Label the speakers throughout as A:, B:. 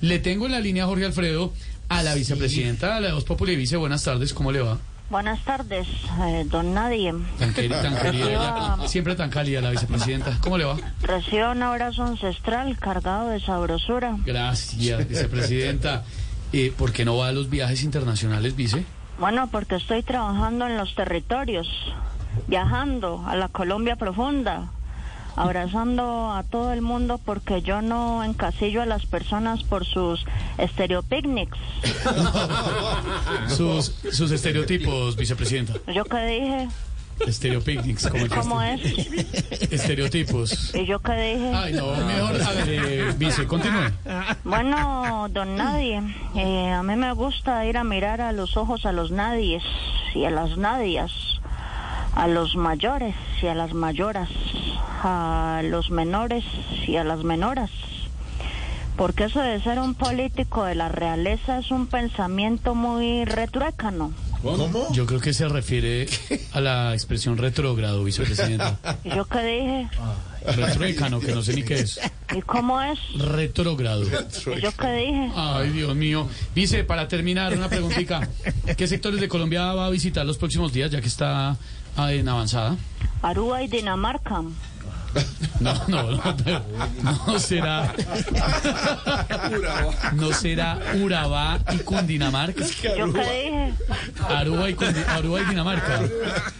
A: Le tengo en la línea, Jorge Alfredo, a la vicepresidenta de la Voz Populi Vice. Buenas tardes, ¿cómo le va?
B: Buenas tardes, eh, don Nadie.
A: Tan, queri- tan cálida, ella. siempre tan cálida la vicepresidenta. ¿Cómo le va?
B: Reciba un abrazo ancestral cargado de sabrosura.
A: Gracias, vicepresidenta. Eh, ¿Por qué no va a los viajes internacionales, vice?
B: Bueno, porque estoy trabajando en los territorios, viajando a la Colombia profunda, abrazando a todo el mundo porque yo no encasillo a las personas por sus estereopicnics.
A: Sus, sus estereotipos, vicepresidenta.
B: ¿Yo qué dije?
A: Estereopicnics, como dijiste.
B: ¿Cómo es?
A: Estereotipos.
B: ¿Y yo qué dije?
A: Ay, no, mejor, hágale, vice, continúe.
B: Bueno, don Nadie, eh, a mí me gusta ir a mirar a los ojos a los nadies y a las nadias, a los mayores y a las mayoras, a los menores y a las menoras. Porque eso de ser un político de la realeza es un pensamiento muy retruécano.
C: ¿Cómo?
A: Yo creo que se refiere a la expresión retrógrado, vicepresidenta.
B: ¿Y yo qué dije?
A: Retruécano, que no sé ni qué es.
B: ¿Y cómo es?
A: Retrógrado.
B: ¿Y yo qué dije?
A: Ay, Dios mío. Vice, para terminar, una preguntita. ¿Qué sectores de Colombia va a visitar los próximos días, ya que está ah, en avanzada?
B: Aruba y Dinamarca.
A: No, no, no, pero no será. No será Urabá y Cundinamarca.
B: ¿Y yo qué dije?
A: Aruba y, Cundi- Aruba y Dinamarca.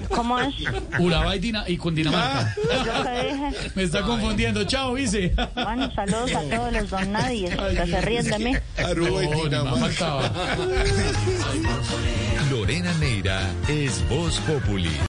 B: ¿Cómo es? ¿Y
A: Urabá y, Dina- y Cundinamarca.
B: yo qué dije?
A: Me está confundiendo. Chao, vice.
B: Bueno, saludos a todos los don nadies que se ríen de mí.
A: No,
C: Aruba y
A: ni más
C: Dinamarca.
A: faltaba.
D: Lorena Neira es Voz Populi.